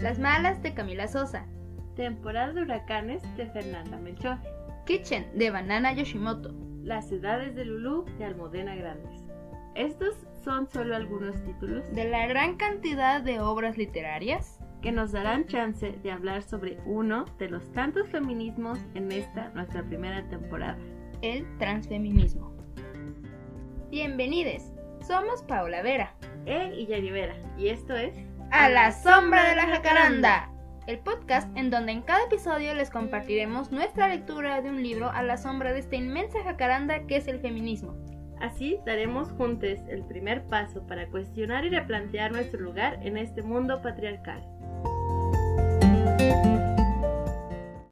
Las Malas de Camila Sosa, Temporada de huracanes de Fernanda Melchor. Kitchen de Banana Yoshimoto, Las ciudades de Lulú de Almudena Grandes. Estos son solo algunos títulos de la gran cantidad de obras literarias que nos darán chance de hablar sobre uno de los tantos feminismos en esta nuestra primera temporada. el transfeminismo. Bienvenides, somos Paola Vera, E y Yanivera, y esto es a la sombra de la jacaranda, el podcast en donde en cada episodio les compartiremos nuestra lectura de un libro a la sombra de esta inmensa jacaranda que es el feminismo. Así daremos juntos el primer paso para cuestionar y replantear nuestro lugar en este mundo patriarcal.